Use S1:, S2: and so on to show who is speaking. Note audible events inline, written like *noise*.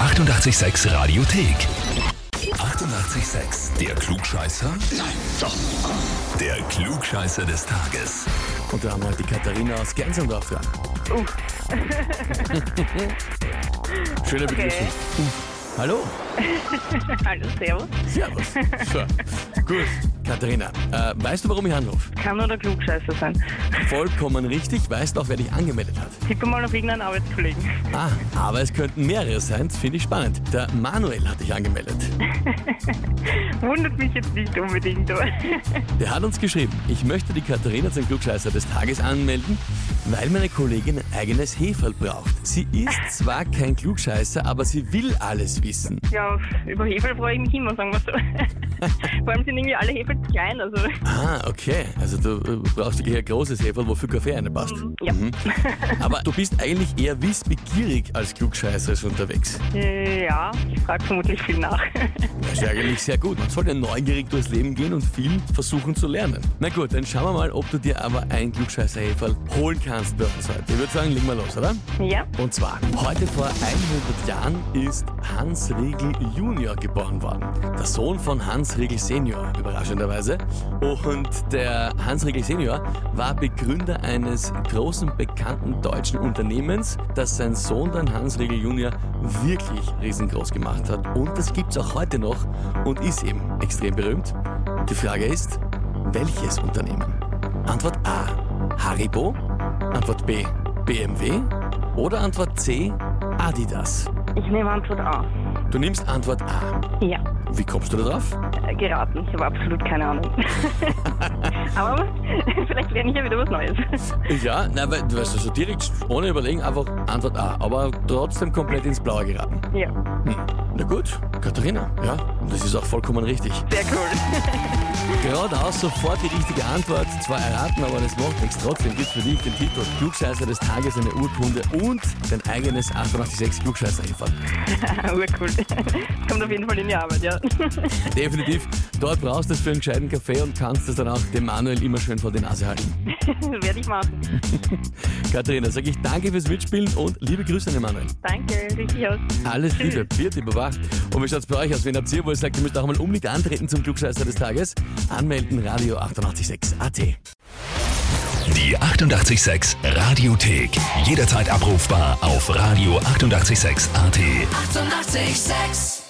S1: 886 Radiothek. 88,6. Der Klugscheißer? Nein, doch. Der Klugscheißer des Tages.
S2: Und da haben wir die Katharina aus Gensendorf dran. *laughs*
S3: Uff.
S2: Schöne Begrüßung. Hallo.
S3: Hallo, Servus.
S2: Servus. So. Gut. Katharina, äh, weißt du, warum ich anrufe?
S3: Kann nur der Klugscheißer sein.
S2: Vollkommen richtig, weißt auch, wer dich angemeldet hat.
S3: Tippe mal auf irgendeinen Arbeitskollegen. *laughs*
S2: Ah, aber es könnten mehrere sein, das finde ich spannend. Der Manuel hat dich angemeldet.
S3: Wundert mich jetzt nicht unbedingt, aber *laughs*
S2: Der hat uns geschrieben, ich möchte die Katharina zum Klugscheißer des Tages anmelden, weil meine Kollegin ein eigenes Heferl braucht. Sie ist zwar kein Klugscheißer, aber sie will alles wissen.
S3: ja, über Hefel freue ich mich immer, sagen wir *laughs* so. Vor allem sind irgendwie alle Hefel klein, also
S2: Ah, okay. Also du äh, brauchst wirklich ein großes Heferl, wofür Kaffee reinpasst.
S3: Mhm,
S2: Mhm.
S3: ja.
S2: Aber du bist eigentlich eher wissbegierig als klugscheißerisch unterwegs.
S3: Äh, ja, ich frage vermutlich viel nach. *laughs*
S2: Das ist eigentlich sehr gut. Man sollte neugierig durchs Leben gehen und viel versuchen zu lernen. Na gut, dann schauen wir mal, ob du dir aber ein Klugscheißer-Heferl holen kannst bei uns heute. Ich würde sagen, legen wir los, oder?
S3: ja,
S2: Und zwar, heute vor 100 Jahren ist Hans Riegel Junior geboren worden. Der Sohn von Hans Riegel Senior, überraschenderweise. Und der Hans Riegel Senior war Begründer eines großen, bekannten deutschen Unternehmens, das sein Sohn, dann Hans Riegel Junior, wirklich riesengroß gemacht hat. Und das gibt's auch heute noch und ist eben extrem berühmt. Die Frage ist, welches Unternehmen? Antwort A. Haribo. Antwort B. BMW. Oder Antwort C. Adidas.
S3: ich nehme Antwort A.
S2: Du nimmst Antwort A.
S3: Ja,
S2: Wie kommst du da drauf?
S3: äh, geraten. Ich habe absolut keine Ahnung. *laughs* aber *laughs* vielleicht lerne ich ja wieder was Neues. *laughs*
S2: Ja, na, weil du weißt, also direkt ohne Überlegen einfach Antwort A. Aber trotzdem komplett ins Blaue geraten.
S3: ja, *laughs*
S2: Hm. Na gut, Katharina, ja, und das ist auch vollkommen richtig.
S3: sehr
S2: *laughs*
S3: cool.
S2: Geradeaus sofort die richtige Antwort. Zwar erraten, aber das macht nichts. Trotzdem gibt's für dich den Titel Klugscheißer des Tages, eine Urkunde und dein eigenes 886 klugscheißer -Hilfer.
S3: Urcool. *laughs* Kommt auf jeden Fall in die Arbeit, ja. *laughs*
S2: Definitiv, dort brauchst du es für einen gescheiten Kaffee und kannst es dann auch dem Manuel immer schön vor die Nase halten.
S3: Werde ich machen.
S2: Katharina, sage ich danke fürs Mitspielen und liebe Grüße an den Manuel.
S3: Danke, richtig aus.
S2: Alles Liebe, wird überwacht. Und wie schaut's bei euch aus? Wenn habt ihr wohl sagt, ihr müsst auch mal unbedingt antreten zum Klugscheißer des Tages, anmelden Radio 886 AT.
S1: Die 88,6 Radiothek. Jederzeit abrufbar auf radio886.at. 88,6.
S4: Eighty-eight, sex.